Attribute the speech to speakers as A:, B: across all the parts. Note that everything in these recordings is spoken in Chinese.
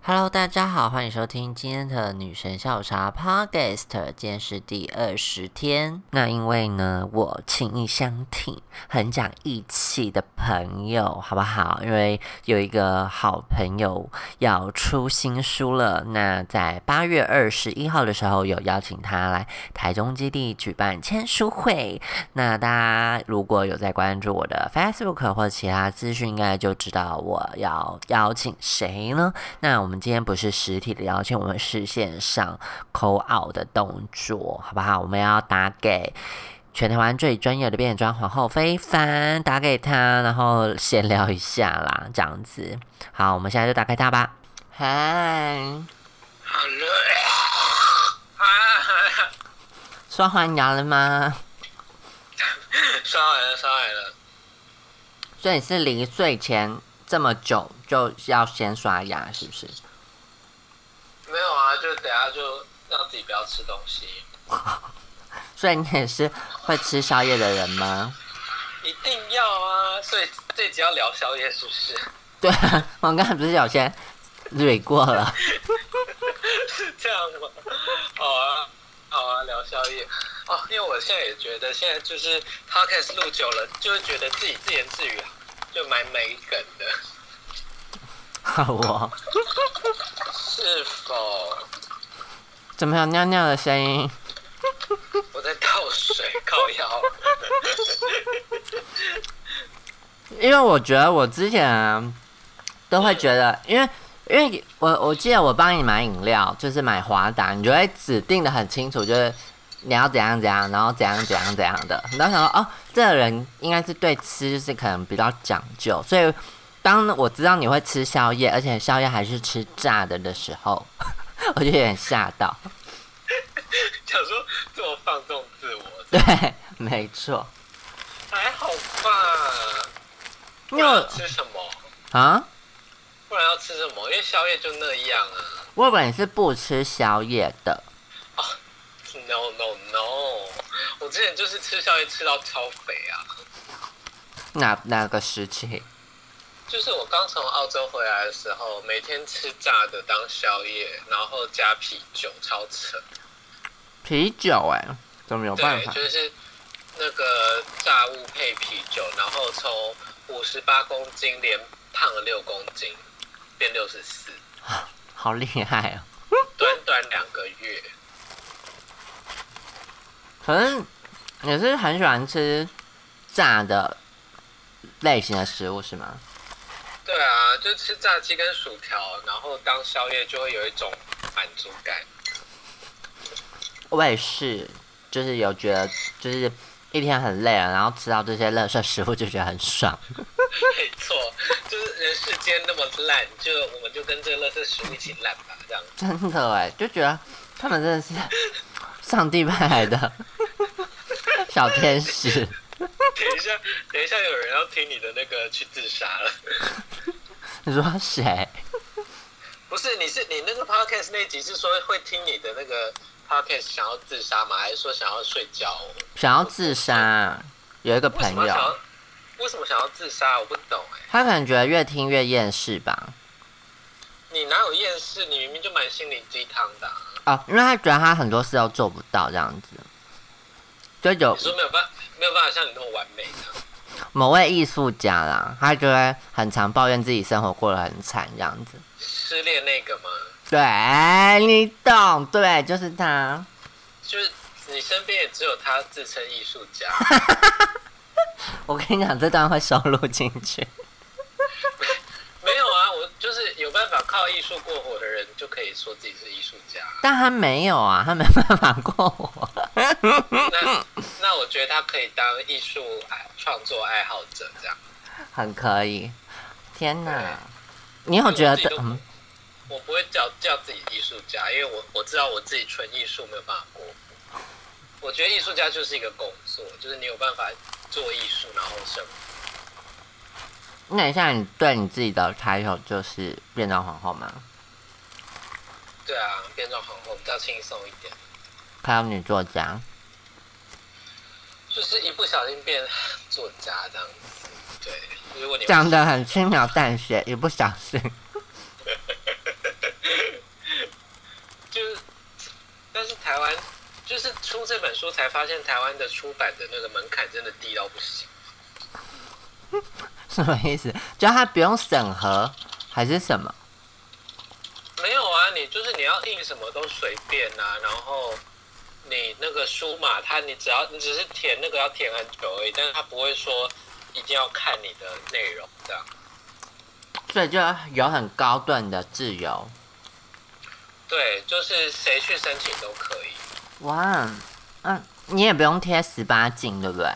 A: Hello，大家好，欢迎收听今天的女神下午茶 Podcast，今天是第二十天。那因为呢，我情意相挺，很讲义气的朋友，好不好？因为有一个好朋友要出新书了，那在八月二十一号的时候，有邀请他来台中基地举办签书会。那大家如果有在关注我的 Facebook 或者其他资讯，应该就知道我要邀请谁呢？那我们今天不是实体的邀请，我们是线上 call out 的动作，好不好？我们要打给全台湾最专业的变装皇后非凡，打给她，然后闲聊一下啦，这样子。好，我们现在就打开她吧。嗨，
B: 好了啊，
A: 刷完牙了吗？
B: 上来了，上来了。
A: 所以你是离睡前这么久就要先刷牙，是不是？
B: 没有啊，就等下就让自己不要吃东西，
A: 所以你也是会吃宵夜的人吗？
B: 一定要啊。所以这集要聊宵夜是不是？
A: 对啊，我刚才不是有先捋过了。
B: 是这样吗？好啊，好啊，聊宵夜。哦，因为我现在也觉得，现在就是 podcast 录久了，就会觉得自己自言自语啊就蛮没梗的，
A: 好哦，
B: 是否？
A: 怎么有尿尿的声音？
B: 我在倒水，靠腰。
A: 因为我觉得我之前啊都会觉得，因为因为我我记得我帮你买饮料，就是买华达，你就会指定的很清楚，就是你要怎样怎样，然后怎样怎样怎样的。然后想说，哦，这个人应该是对吃就是可能比较讲究，所以当我知道你会吃宵夜，而且宵夜还是吃炸的的时候， 我就有点吓到。
B: 想说这么放纵自我，
A: 对，没错，
B: 还好吧？
A: 因
B: 不
A: 为
B: 然
A: 我
B: 吃什么？
A: 啊，
B: 不然要吃什么？因为宵夜就那样啊。
A: 我本来是不吃宵夜的。
B: No no no！我之前就是吃宵夜吃到超肥啊，
A: 哪哪个时期？
B: 就是我刚从澳洲回来的时候，每天吃炸的当宵夜，然后加啤酒，超扯。
A: 啤酒哎、怎么有办
B: 对，
A: 法？
B: 就是那个炸物配啤酒，然后从五十八公斤连胖了六公斤，变六十四，
A: 好厉害哦！
B: 短短两个月。
A: 可是也是很喜欢吃炸的类型的食物是吗？
B: 对啊，就吃炸鸡跟薯条，然后当宵夜就会有一种满足感。
A: 我也是，就是有觉得就是一天很累啊了，然后吃到这些垃圾食物就觉得很爽。
B: 没错，就是人世间那么烂，就我们就跟这个垃圾食物一起烂吧，这样。
A: 真的哎，就觉得他们真的是上帝派来的小天使。
B: 等一下，等一下，有人要听你的那个去自杀了。
A: 你说谁？
B: 不是，你是你那个 podcast 那集是说会听你的那个 podcast 想要自杀吗？还是说想要睡觉、哦？
A: 想要自杀？有一个
B: 为什
A: 朋
B: 么想
A: 友，
B: 要？为什么想要自杀？我不懂哎、
A: 他可能觉得越听越厌世吧。
B: 你哪有厌世？你明明就蛮心灵鸡汤的啊、
A: 哦，因为他觉得他很多事都做不到这样子，就有
B: 你说没有办没有办法像你那么完美的。
A: 某位艺术家啦，他就会很常抱怨自己生活过得很惨这样子。
B: 失恋那个吗？
A: 对，你懂，对，就是他。
B: 就是你身边也只有他自称艺术家，
A: 我跟你讲，这段会收录进去。
B: 没有啊，我就是有办法靠艺术过活的人，就可以说自己是艺术家。
A: 但他没有啊，他没办法过我。
B: 那那我觉得他可以当艺术爱创作爱好者这样。
A: 很可以。天
B: 对
A: 哪，你有觉
B: 因
A: 得
B: 为我自己都不
A: 嗯，
B: 我不会叫叫自己艺术家，因为我我知道我自己纯艺术没有办法过活。我觉得艺术家就是一个工作，就是你有办法做艺术，然后生活。
A: 那你现在你对你自己的 title 就是变装皇后吗？
B: 对啊，变装皇后比较轻松一点，
A: 还有女作家？
B: 就是一不小心变作家这样子。对，如果你
A: 讲的很轻描淡写，一不小心。
B: 出这本书才发现，台湾的出版的那个门槛真的低到不行。
A: 什么意思？就他不用审核还是什么？
B: 没有啊，你就是你要印什么都随便啊，然后你那个书嘛，它你只要你只是填那个要填很久而已，但是它不会说一定要看你的内容这样。
A: 所以就有很高段的自由。
B: 对，就是谁去申请都可以。
A: 哇，嗯，你也不用贴十八禁，对不对？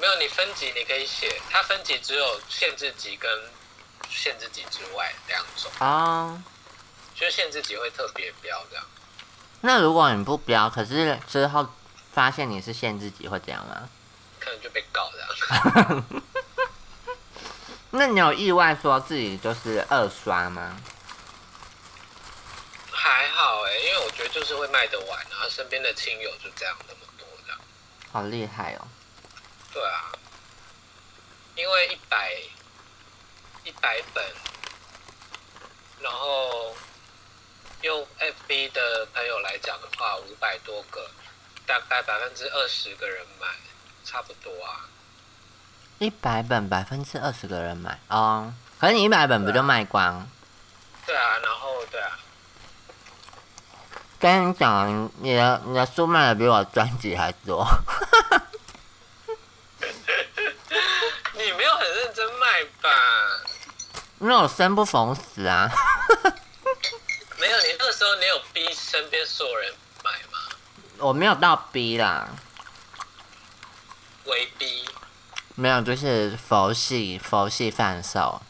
B: 没有你分级你可以写，它分级只有限制级跟限制级之外两种，
A: 哦，
B: 就是限制级会特别标这样。
A: 那如果你不标，可是之后发现你是限制级，会怎样吗？
B: 可能就被告这样。
A: 那你有意外说自己就是二刷吗？
B: 还好哎、因为我觉得就是会卖得完，然后身边的亲友就这样那么多这样。
A: 好厉害哦！
B: 对啊，因为一百一百本，然后用 FB 的朋友来讲的话，五百多个，大概百分之二十个人买，差不多啊。
A: 一百本百分之二十个人买哦，可是你一百本不就卖光？
B: 对啊，然后对啊，
A: 跟你讲，你的你的书卖的比我专辑还多。
B: 你没有很认真卖吧？
A: 因为我生不逢时啊，
B: 没有，你那个时候你有逼身边所有人买吗？
A: 我没有到逼啦，
B: 威逼。
A: 没有就是佛系佛系贩售，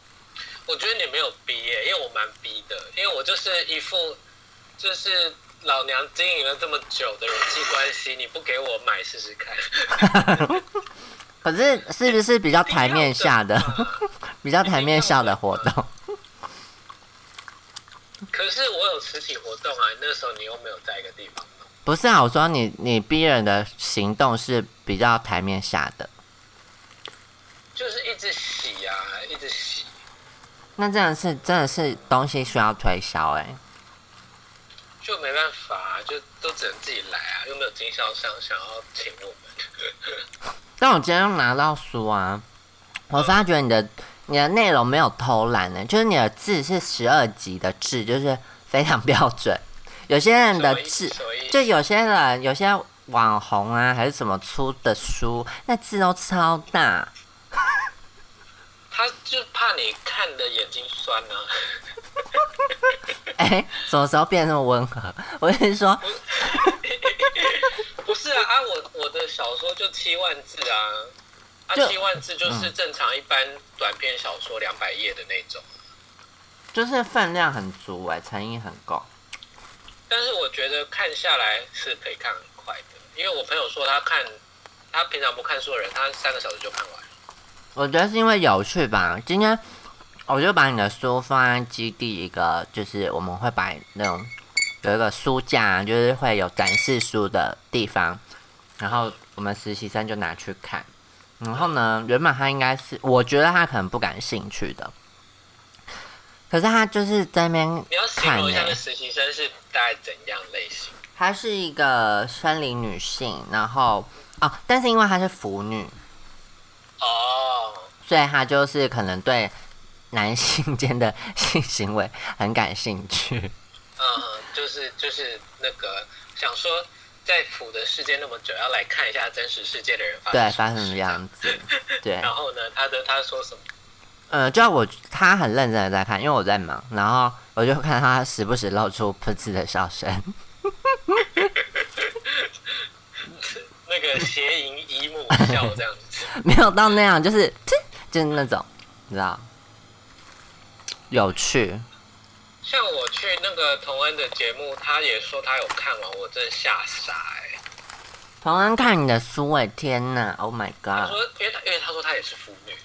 B: 我觉得你没有逼耶、因为我蛮逼的，因为我就是一副就是老娘经营了这么久的人际关系，你不给我买试试看，
A: 可是是不是比较 台面下的， 比较台面下的活动？
B: 可是我有实体活动啊，那时候你又没有在一个地方弄
A: 不是啊，我说你你逼人的行动是比较台面下的，
B: 就是一直洗啊，一直洗。
A: 那真的是真的是东西需要推销哎、
B: 就没办法、啊，就都只能自己来啊，又没有经销商想要请我们。
A: 但我今天拿到书啊，我发觉你的你的内容没有偷懒呢、就是你的字是十二级的字，就是非常标准。有些人的字
B: 什么意，思
A: 就有些人有些网红啊还是什么出的书，那字都超大。
B: 他就怕你看的眼睛酸啊，
A: 哎、什么时候变那么温和？我是说，
B: 不是啊啊！我我的小说就七万字啊，啊
A: 就嗯
B: 七万字就是正常一般短篇小说两百页的那种。
A: 就是分量很足哎、诚意很够。
B: 但是我觉得看下来是可以看很快的，因为我朋友说他看，他平常不看书的人，他三个小时就看完了。
A: 我觉得是因为有趣吧。今天我就把你的书放在基地一个，就是我们会把那种有一个书架，就是会有展示书的地方，然后我们实习生就拿去看。然后呢，原本他应该是，我觉得他可能不感兴趣的，可是他就是在那边
B: 你要形
A: 看
B: 容一下
A: 欸
B: 那实习生是大概怎样类型？
A: 她是一个生理女性，然后哦，但是因为她是腐女，
B: 哦，
A: 所以他就是可能对男性 间的性行为很感兴趣。
B: 嗯，就是就是那个想说，在腐的世界那么久，要来看一下真实世界的人发
A: 对，
B: 生
A: 发生什
B: 事
A: 么样子？对，
B: 然后呢，他的他说什么？
A: 呃，就我他很认真的在看，因为我在忙，然后我就看他时不时露出噗嗤的笑声。
B: 那个邪淫姨母 笑这样子。
A: 没有到那样，就是嗤就是那种，你知道，有趣。
B: 像我去那个童恩的节目，他也说他有看完，我真的吓傻哎、
A: 同安看你的书哎，天哪！Oh my
B: 他
A: god！
B: 说，因为他因为他说他也是腐 女，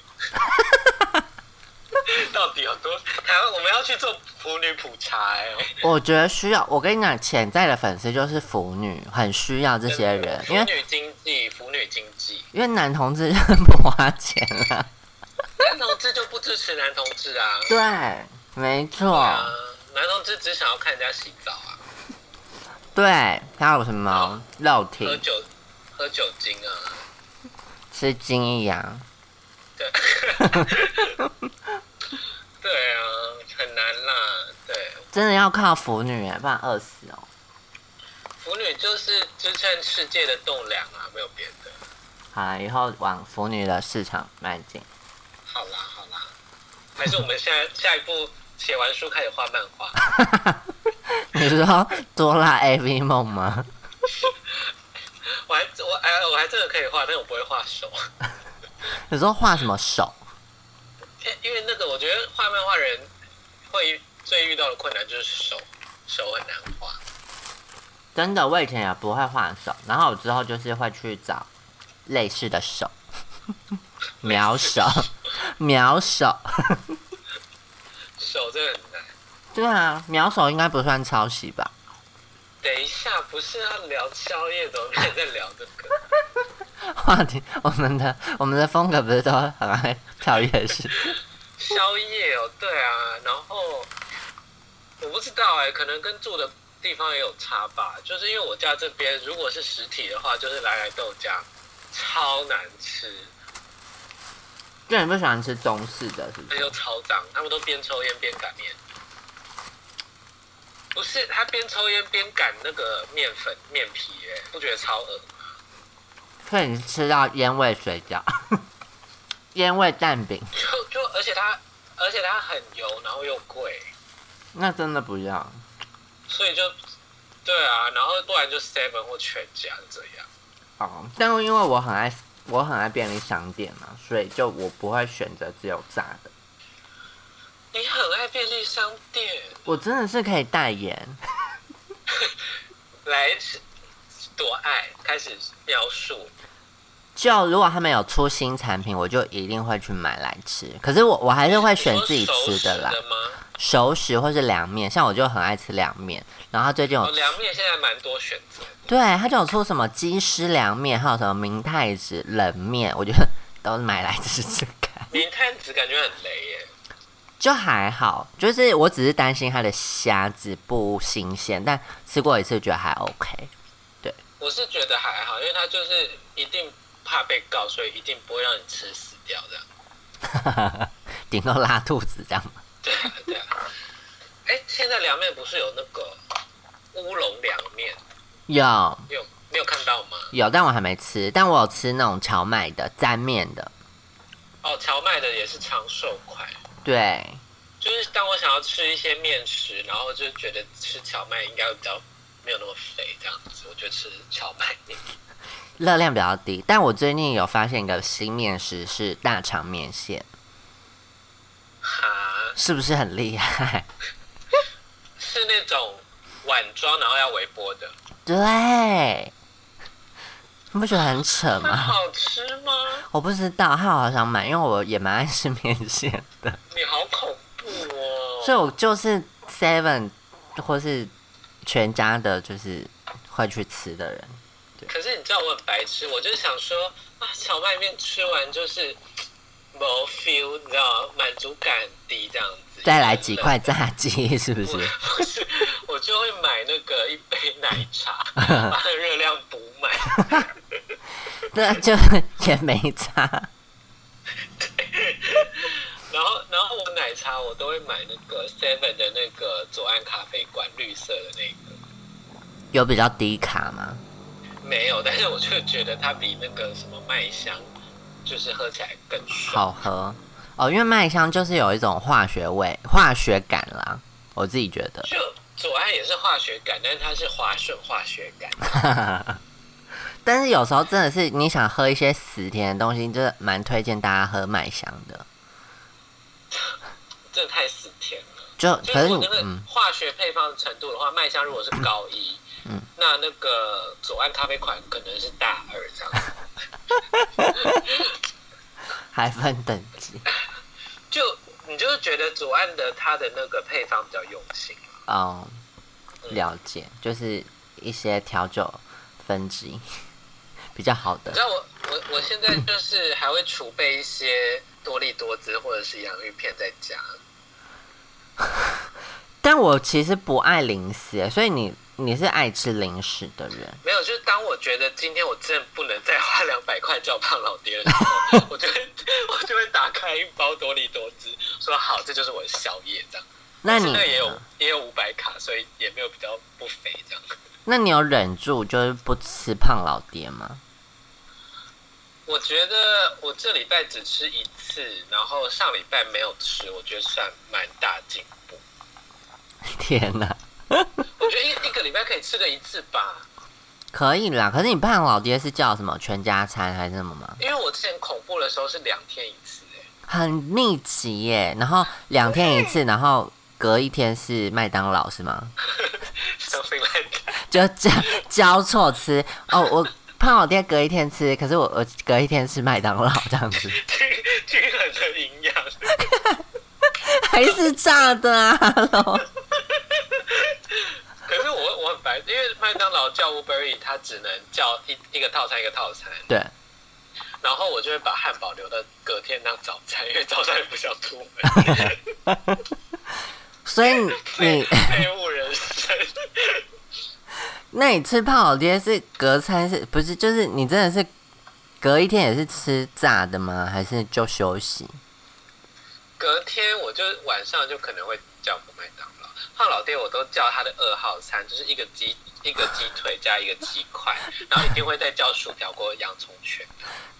B: 到底有多台湾？我们要去做腐女普查哎、
A: 我觉得需要，我跟你讲，潜在的粉丝就是腐女，很需要这些人，因
B: 腐
A: 为
B: 女经济，腐女经济，
A: 因为男同志 就是不花钱啊了。
B: 男同志就不支持男同志啊。
A: 对，没错，
B: 啊，男同志只想要看人家洗澡啊。
A: 对，还有什么肉体
B: 喝酒喝酒精啊，
A: 吃精益啊？
B: 对，对啊，很难啦，对。
A: 真的要靠腐女耶，不然饿死哦。
B: 腐女就是支撑世界的栋梁啊，没有别的。
A: 好啦，以后往腐女的市场迈进。
B: 好啦好啦，还是我们现在 下一步写完书开始画漫画，
A: 你说多拉 AV 梦吗？
B: 我还我哎我还真的可以画，但我不会画手，
A: 你说画什么手？
B: 因为那个我觉得画漫画人会最遇到的困难就是手，手很难画。
A: 真的，我以前也不会画手，然后我之后就是会去找类似的手， 描 手，描手。
B: 手真的很难。
A: 对啊，描手应该不算抄袭吧？
B: 等一下，不是要聊宵夜，怎么变成在聊这个？
A: 话题， 我们的我们的风格不是都很爱跳夜 市？
B: 宵夜哦，对啊，然后我不知道哎、可能跟住的地方也有差吧。就是因为我家这边如果是实体的话，就是来来豆浆，超难吃，
A: 就你不喜欢吃中式的，是不？
B: 那就是超脏，他们都边抽烟边擀面。不是，他边抽烟边擀那个面粉面皮、哎，不觉得超恶？
A: 所以你吃到烟味水饺、 烟味蛋饼，
B: 就就，而且它，而且它很油，然后又贵，
A: 那真的不要。
B: 所以就，对啊，然后不然就 seven 或全家这样。
A: 哦，但因为我很爱我很爱便利商店嘛，所以就我不会选择只有炸的。
B: 你很爱便利商店，
A: 我真的是可以代言，
B: 来多爱，开始描述。
A: 就如果他们有出新产品，我就一定会去买来吃。可是我我还是会选自己吃的啦
B: 你说熟，食吗？
A: 熟食或是凉面，像我就很爱吃凉面。然后他最近有
B: 哦，凉面现在蛮多选择的。
A: 对，他就有出什么鸡丝凉面，还有什么明太子冷面，我觉得都买来吃吃看，
B: 明探子感觉很雷耶，
A: 就还好。就是我只是担心它的虾子不新鲜，但吃过一次觉得还 OK。
B: 我是觉得还好，因为他就是一定怕被告，所以一定不会让你吃死掉这样。
A: 顶多拉肚子这样吗
B: 对啊，对啊。哎，现在凉面不是有那个乌龙凉面？
A: 有
B: 你有你有看到吗？
A: 有，但我还没吃，但我有吃那种荞麦的沾面的，
B: 哦，荞麦的也是长寿款。
A: 对，
B: 就是当我想要吃一些面食，然后就觉得吃荞麦应该比较没有那么肥这样子，我就吃荞麦面。
A: 热量比较低。但我最近有发现一个新面食是大肠面线，
B: 哈，
A: 是不是很厉害？
B: 是那种碗装然后要微波的，
A: 对， 你不觉得很扯
B: 它
A: 吗？
B: 好吃吗？
A: 我不知道，害我好想买，因为我也蛮爱吃面线的，
B: 你好恐怖
A: 所以
B: 哦！
A: 我就是 Seven 或是全家的，就是会去吃的人。
B: 可是你知道我很白痴，我就是想说啊，荞麦面吃完就是没 feel，你知道，满足感低这样子。
A: 再来几块炸鸡，是不
B: 不
A: 是？
B: 不是，我就会买那个一杯奶茶， 把热量补满。
A: 那就也没差。
B: 然后，然后我奶茶我都会买那个 Seven 的那个左岸咖啡馆绿色的那个，
A: 有比较低卡吗？
B: 没有，但是我就觉得它比那个什么麦香，就是喝起来更爽。
A: 好喝哦，因为麦香就是有一种化学味、化学感啦，我自己觉得。
B: 就左岸也是化学感，但是它是滑顺化学感。
A: 但是有时候真的是你想喝一些死甜的东西，就是蛮推荐大家喝麦香的。
B: 真的太死甜了。
A: 就
B: 就
A: 可
B: 是
A: 是
B: 我
A: 你
B: 那个
A: 嗯，
B: 化学配方程度的话，麦香如果是高一，
A: 嗯
B: 那那个左岸咖啡款可能是大二这样子。
A: 还分等级
B: 就你就是觉得左岸的它的那个配方比较用心，
A: 哦，了解，就是一些调酒分级 比较好
B: 你知
A: 的
B: 道我我我现在就是还会储备一些多利多滋或者是洋芋片在家，
A: 但我其实不爱零食耶，所以你你是爱吃零食的人，
B: 没有，就是当我觉得今天我真的不能再花两百块叫胖老爹的时候，我就会 我就会打开一包多利多汁，说好，这就是我的宵夜这样。
A: 那你
B: 现在也有
A: 呢
B: 也有五百卡，所以也没有比较不肥这样。
A: 那你有忍住就是不吃胖老爹吗？
B: 我觉得我这礼拜只吃一次，然后上礼拜没有吃，我觉得算蛮大进步。
A: 天哪、
B: 我觉得一一个礼拜可以吃个一次吧，
A: 可以啦。可是你胖老爹是叫什么全家餐还是什么吗？
B: 因为我之前恐怖的时候是两天一次、欸，
A: 很密集耶，然后两天一次，然后隔一天是麦当劳是吗？
B: something like that。
A: 就这样交错吃哦。我胖老爹隔一天吃，可是我我隔一天吃麦当劳这样 子，
B: 均均衡的营养，
A: 还是炸的啊！Hello
B: 可是我我很白，因为麦当劳叫 Uber E，它只能叫一一个套餐一个套餐，
A: 对，
B: 然后我就会把汉堡留到隔天当早餐，因为早上也不想出 门，
A: 所以你
B: 废废物人生。
A: 那你吃胖老爹是隔餐是不是？就是你真的是隔一天也是吃炸的吗？还是就休息？
B: 隔天我就晚上就可能会叫个麦当劳，胖老爹我都叫他的二号餐，就是一个鸡一个鸡腿加一个鸡块，然后一定会再叫薯条或洋葱圈，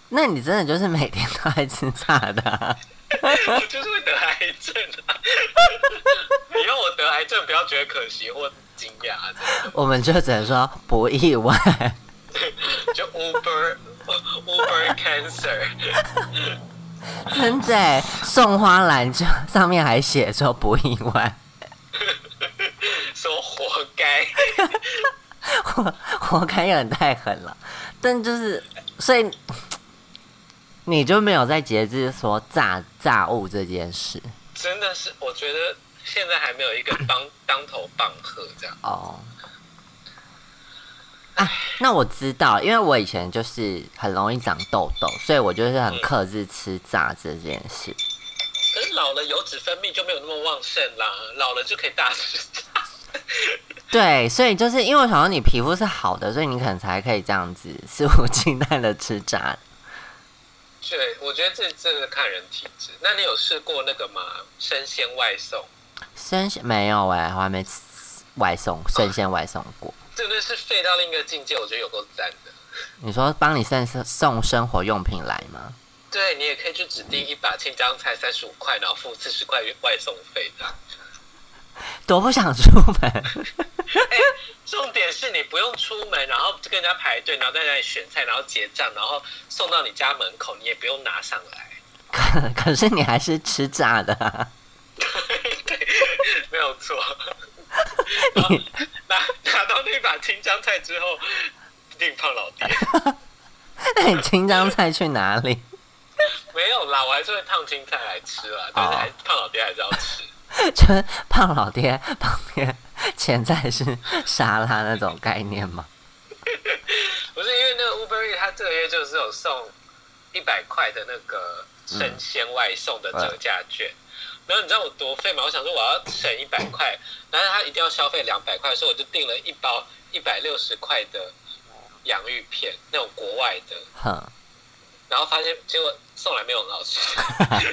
A: 那你真的就是每天都爱吃炸的 啊、
B: 我就是会得癌症啊！ 以后我得癌症不要觉得可惜或惊讶啊，
A: 我们就只能说不意外。
B: 就 Uber Uber cancer，
A: 真的耶，送花篮就上面还写说不意外，
B: 说活该。
A: 活活该有点太狠了。但就是，所以你就没有在节制说炸炸物这件事
B: 真的是，我觉得现在还没有一个当当头棒喝这样。
A: 哦。啊，那我知道，因为我以前就是很容易长痘痘，所以我就是很克制吃炸这件事。
B: 可是老了油脂分泌就没有那么旺盛啦，老了就可以大吃大
A: 对，所以就是因为我想说你皮肤是好的，所以你可能才可以这样子肆无忌惮的吃炸的。
B: 吃。 对，我觉得这这个看人体质。那你有试过那个吗？生鲜外送，
A: 生鲜没有哎、我还没吃外送生鲜外送过。
B: 真的是废到另一个境界，我觉得有够赞的。
A: 你说帮你送送生活用品来吗？
B: 对你也可以去指定一把青江菜三十五块，然后付四十块外送费的。
A: 多不想出门，
B: 重点是你不用出门，然后跟人家排队，然后在那里选菜，然后结账，然后送到你家门口，你也不用拿上来。
A: 可可是你还是吃炸的、啊。
B: 对，没有错。然后拿拿到那把青江菜之后，定胖老爹
A: 那你青江菜去哪里？
B: 没有啦，我还是会烫青菜来吃啦，但是还胖老爹还是要吃。
A: 就是胖老爹旁边前菜是沙拉那种概念吗？
B: 不是因为那个 Uber E 他这个月就是有送一百块的那个生鲜外送的折价券，然后你知道我多费吗？我想说我要省一百块，然后他一定要消费两百块，所以我就订了一包一百六十块的洋芋片，那种国外的，
A: 哼，
B: 然后发现结果送来没有很好吃，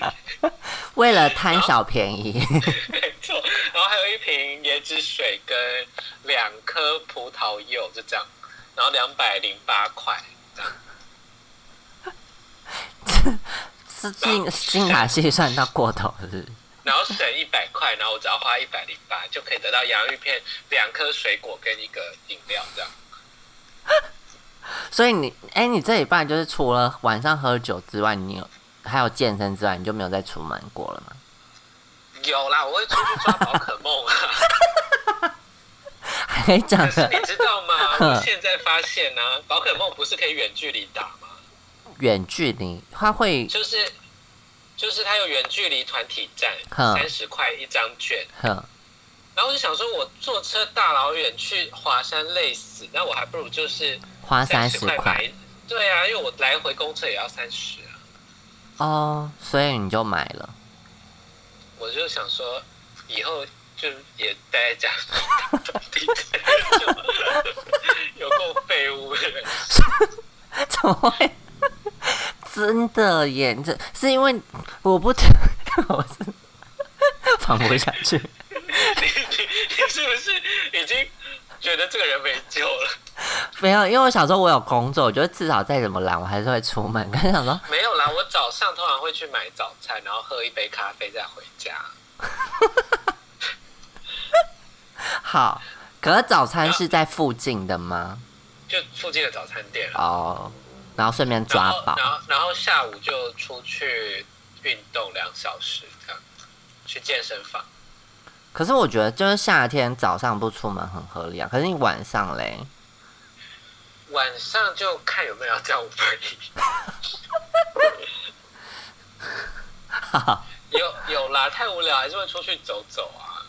A: 为了贪小便宜，
B: 没错，然后还有一瓶椰汁水跟两颗葡萄柚，就这样，然后两百零八块。
A: 是信信卡系算到过头是不是？
B: 然后省一百块，然后我只要花一百零八就可以得到洋芋片、两颗水果跟一个饮料这样。
A: 所以你，哎、你这礼拜就是除了晚上喝酒之外，你有还有健身之外，你就没有再出门过了吗？
B: 有啦，我会出去抓宝可梦 啊！
A: 还讲
B: 可是
A: 的
B: 你知道 吗？我现在发现呢、啊宝可梦不是可以远距离打吗？
A: 远距离，他会
B: 就是就是它有远距离团体战，
A: 嗯
B: 三十块一张券。
A: 哼，
B: 然后我就想说，我坐车大老远去华山累死，那我还不如就是
A: 花三
B: 十
A: 十
B: 买
A: 块
B: 一。对啊，因为我来回公车也要三十啊。
A: 哦，所以你就买了。
B: 我就想说，以后就也待在家地震就好
A: 么会？ 真的耶，这是因为我不， 我是反驳下去。
B: 你你你是不是已经觉得这个人没救了？
A: 没有，因为我小时候我有工作，我觉得至少再怎么懒，我还是会出门。跟想说，
B: 没有啦，我早上通常会去买早餐，然后喝一杯咖啡再回家。
A: 好，可是早餐是在附近的吗？
B: 就附近的早餐店了。
A: 哦，然后顺便 抓
B: 然后
A: 宝。
B: 然后然后下午就出去运动两小时，这样去健身房。
A: 可是我觉得就是夏天早上不出门很合理啊，可是你晚上嘞，
B: 晚上就看有没有要叫 Uber E
A: 好
B: 有有啦，太无聊还是会出去走走啊。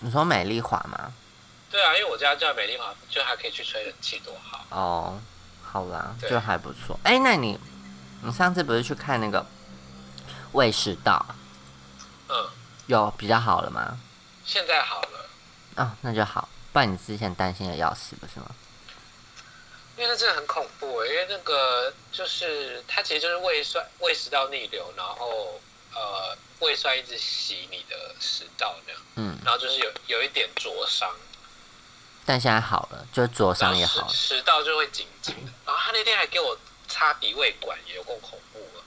A: 你说美丽华吗？
B: 对啊，因为我家就在美丽华，就还可以去吹冷气，多好。
A: 哦，好啦，
B: 对
A: 就还不错。哎、那你你上次不是去看那个胃食道
B: 嗯，
A: 有比较好了吗？
B: 现在好了，
A: 啊、那就好，不然你之前担心的要死，不是吗？
B: 因为那真的很恐怖、欸，因为那个就是它其实就是胃酸胃食道逆流，然后呃胃酸一直洗你的食道那样，
A: 嗯，
B: 然后就是有有一点灼伤。
A: 但现在好了，就是灼
B: 然
A: 伤也好
B: 后
A: 了。
B: 食食道就会紧紧的。然后他那天还给我插鼻胃管，也有够恐怖了。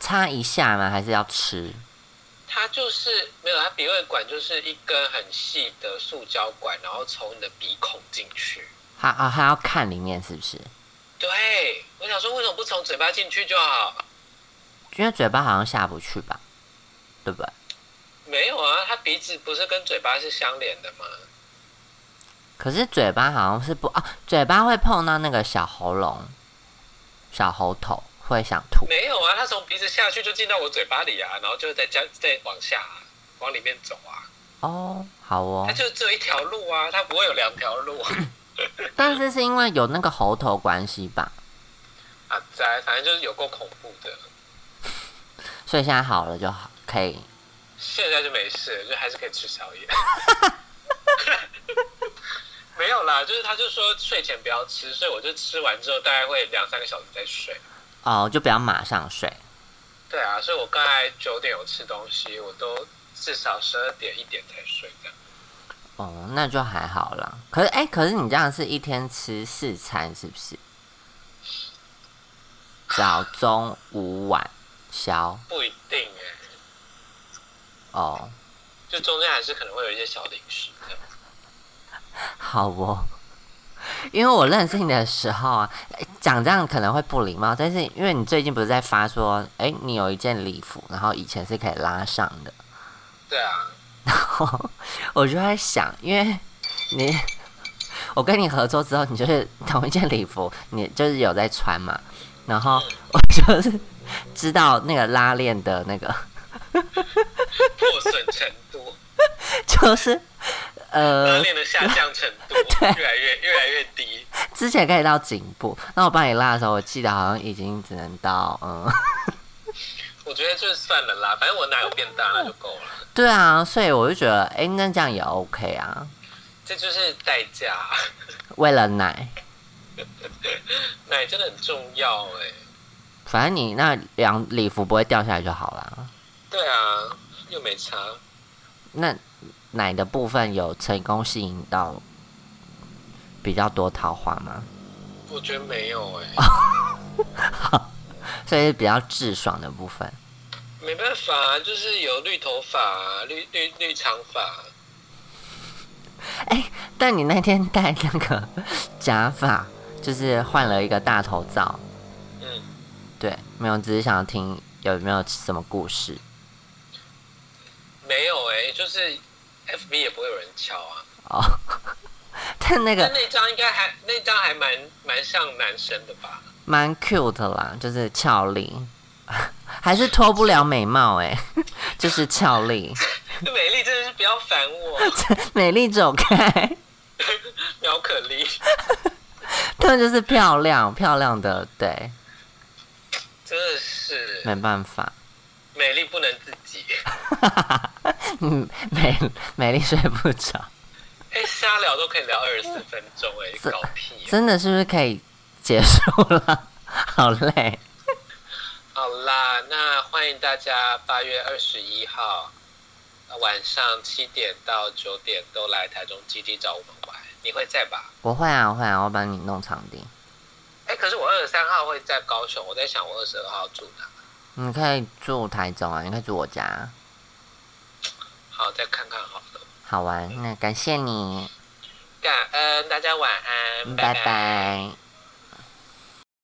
A: 擦一下吗？还是要吃？
B: 他就是没有，他鼻胃管就是一根很细的塑胶管，然后从你的鼻孔进去。
A: 还啊还要看里面是不是？
B: 对，我想说为什么不从嘴巴进去就好？
A: 因为嘴巴好像下不去吧，对不对？
B: 没有啊，他鼻子不是跟嘴巴是相连的吗？
A: 可是嘴巴好像是不啊，嘴巴会碰到那个小喉咙、小喉头，会想吐。
B: 没有啊，他从鼻子下去就进到我嘴巴里啊，然后就再加再往下、往里面走啊，
A: 哦，好哦
B: 它，就只有一条路啊，它不会有两条路啊。
A: 但是是因为有那个喉头关系吧，
B: 啊，在反正就是有够恐怖的。
A: 所以现在好了就好，可以。
B: 现在就没事，就还是可以吃宵夜。没有啦，就是他就说睡前不要吃，所以我就吃完之后大概会两三个小时再睡。
A: 哦，就不要马上睡。
B: 对啊，所以我刚才九点有吃东西，我都至少十二点一点才睡这样。
A: 哦，那就还好啦。可是哎、可是你这样是一天吃四餐是不是？早、中、午、晚、宵。
B: 不一定哎、
A: 哦，
B: 就中间还是可能会有一些小零食这样。
A: 好哦。因为我认识你的时候啊，哎讲这样可能会不礼貌，但是因为你最近不是在发说，哎、你有一件礼服，然后以前是可以拉上的，
B: 对啊，
A: 我就在想，因为你，我跟你合作之后，你就是同一件礼服，你就是有在穿嘛，然后我就是知道那个拉链的那个，
B: 破损程度，
A: 就是
B: 拉
A: 呃，
B: 链的下降程度越来越越来越低。
A: 之前可以到颈部，那我帮你拉的时候，我记得好像已经只能到嗯，
B: 我觉得就是算了啦，反正我哪有变大那就够了。
A: 对啊，所以我就觉得，哎、那这样也 OK 啊，
B: 这就是代价、
A: 为了奶，
B: 奶真的很重要哎、
A: 反正你那两礼服不会掉下来就好啦。
B: 对啊，又没差，
A: 那奶的部分有成功吸引到比较多桃花吗？
B: 我觉得没有哎、
A: 所以是比较智爽的部分。
B: 没办法、啊，就是有绿头发、啊绿绿绿长发，啊
A: 但你那天戴那个假发，就是换了一个大头罩，
B: 嗯，
A: 对，没有，只是想要听有没有什么故事。
B: 没有哎、就是 FB 也不会有人敲啊。
A: 哦， 但那个
B: 但那张应该还那张还蛮蛮像男生的吧？
A: 蛮 cute 的啦，就是俏丽， 还是脱不了美貌哎、就是俏丽，
B: 这美丽真的是不要烦我，
A: 美丽走开，
B: 苗可丽
A: 她就是漂亮漂亮的，对，
B: 真的是
A: 没办法。
B: 美丽不能自己。
A: 嗯，美美丽睡不着，
B: 哎、欸瞎聊都可以聊二十分钟哎、搞屁啊、
A: 真的是不是可以结束了？ 好累。
B: 好啦，那欢迎大家八月二十一号呃晚上七点到九点都来台中基地找我们玩，你会在吧？
A: 我会啊，我会啊，我帮你弄场地。
B: 哎，可是我二十三号会在高雄，我在想我二十二号住哪。
A: 你可以住台中啊，你可以住我家啊，
B: 好，再看看好了。
A: 好玩。那感谢你，
B: 感恩大家晚安，
A: 拜
B: 拜
A: 拜